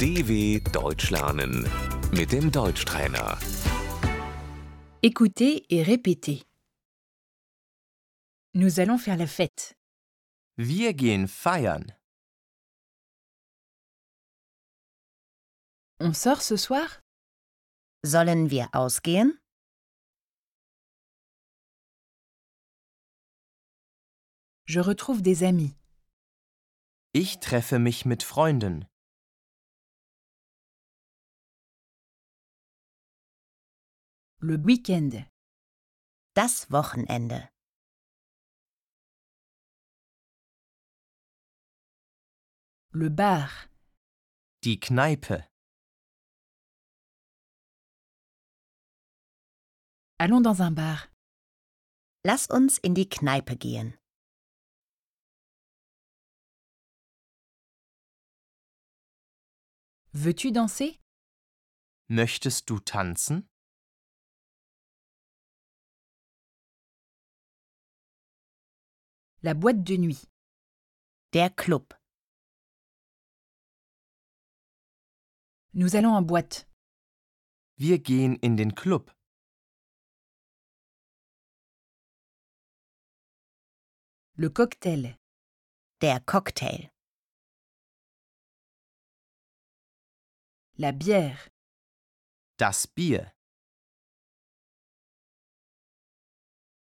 DW Deutsch lernen mit dem Deutschtrainer. Écoutez et répétez. Nous allons faire la fête. Wir gehen feiern. On sort ce soir Sollen wir ausgehen? Je retrouve des amis. Ich treffe mich mit Freunden. Le week-end. Das Wochenende. Le bar. Die Kneipe. Allons dans un bar. Lass uns in die Kneipe gehen. Veux-tu danser Möchtest du tanzen? La boîte de nuit. Der Club. Nous allons en boîte. Wir gehen in den Club. Le cocktail. Der Cocktail. La bière. Das Bier.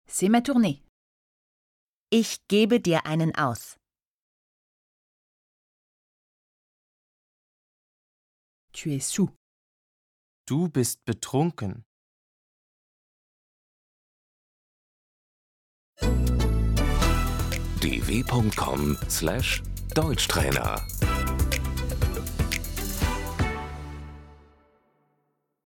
C'est ma tournée. Ich gebe dir einen aus. Tu es sous. Du bist betrunken. dw.com/deutschtrainer